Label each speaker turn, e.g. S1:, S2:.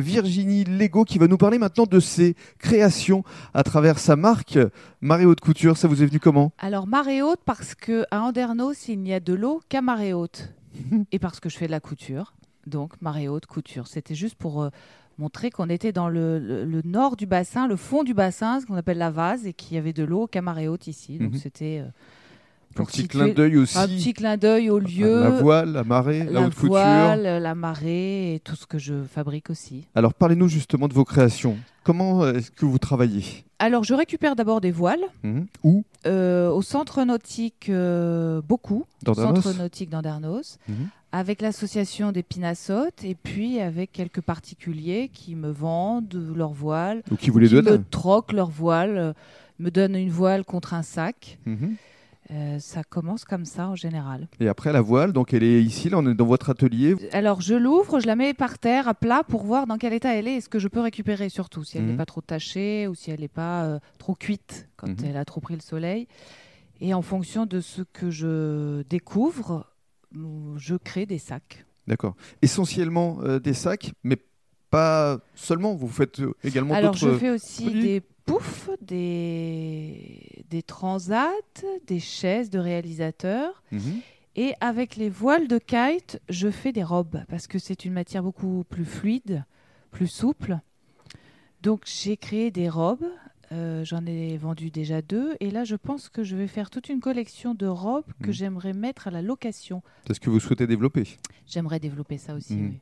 S1: Virginie Lego qui va nous parler maintenant de ses créations à travers sa marque Marée Haute Couture. Ça vous est venu comment
S2: Alors, marée haute, parce que à Andernos, il n'y a de l'eau qu'à marée haute. Et parce que je fais de la couture. Donc, marée haute, couture. C'était juste pour euh, montrer qu'on était dans le, le- le nord du bassin, le fond du bassin, ce qu'on appelle la vase, et qu'il y avait de l'eau qu'à marée haute ici. Donc,
S1: Mhm.
S2: c'était euh,
S1: Un
S2: pour
S1: petit
S2: situer-
S1: clin d'œil aussi.
S2: un petit clin d'œil au lieu,
S1: Ah, La voile, la marée, la,
S2: la
S1: haute couture.
S2: voile, la marée, et tout ce que je fabrique aussi.
S1: Alors parlez-nous justement de vos créations. Comment euh, est-ce que vous travaillez
S2: Alors, je récupère d'abord des voiles.
S1: Mhm. Où
S2: euh, au centre nautique, euh, beaucoup.
S1: Dans Danos
S2: Centre nautique d'Andernos,
S1: Mhm.
S2: avec l'association des Pinassotes et puis avec quelques particuliers qui me vendent leurs voiles,
S1: Ou qui vous les
S2: qui
S1: donne
S2: me troquent leurs voiles, euh, me donnent une voile contre un sac.
S1: Mhm.
S2: Euh, ça commence comme ça en général.
S1: Et après la voile, donc elle est ici, là on est dans votre atelier.
S2: Alors je l'ouvre, je la mets par terre à plat pour voir dans quel état elle est et ce que je peux récupérer surtout, si elle
S1: Mhm.
S2: n'est pas trop tachée ou si elle n'est pas euh, trop cuite quand
S1: Mhm.
S2: elle a trop pris le soleil. Et en fonction de ce que je découvre, je crée des sacs.
S1: D'accord. Essentiellement euh, des sacs, mais pas seulement. Vous faites euh, également
S2: Alors
S1: d'autres.
S2: je fais aussi
S1: produits
S2: des poufs, des, des transats, des chaises de réalisateurs.
S1: Mhm.
S2: Et avec les voiles de kite, je fais des robes parce que c'est une matière beaucoup plus fluide, plus souple. Donc j'ai créé des robes, euh, j'en ai vendu déjà deux, et là je pense que je vais faire toute une collection de robes que
S1: Mhm.
S2: j'aimerais mettre à la location.
S1: C'est ce que vous souhaitez développer.
S2: J'aimerais développer ça aussi.
S1: Mhm.
S2: oui.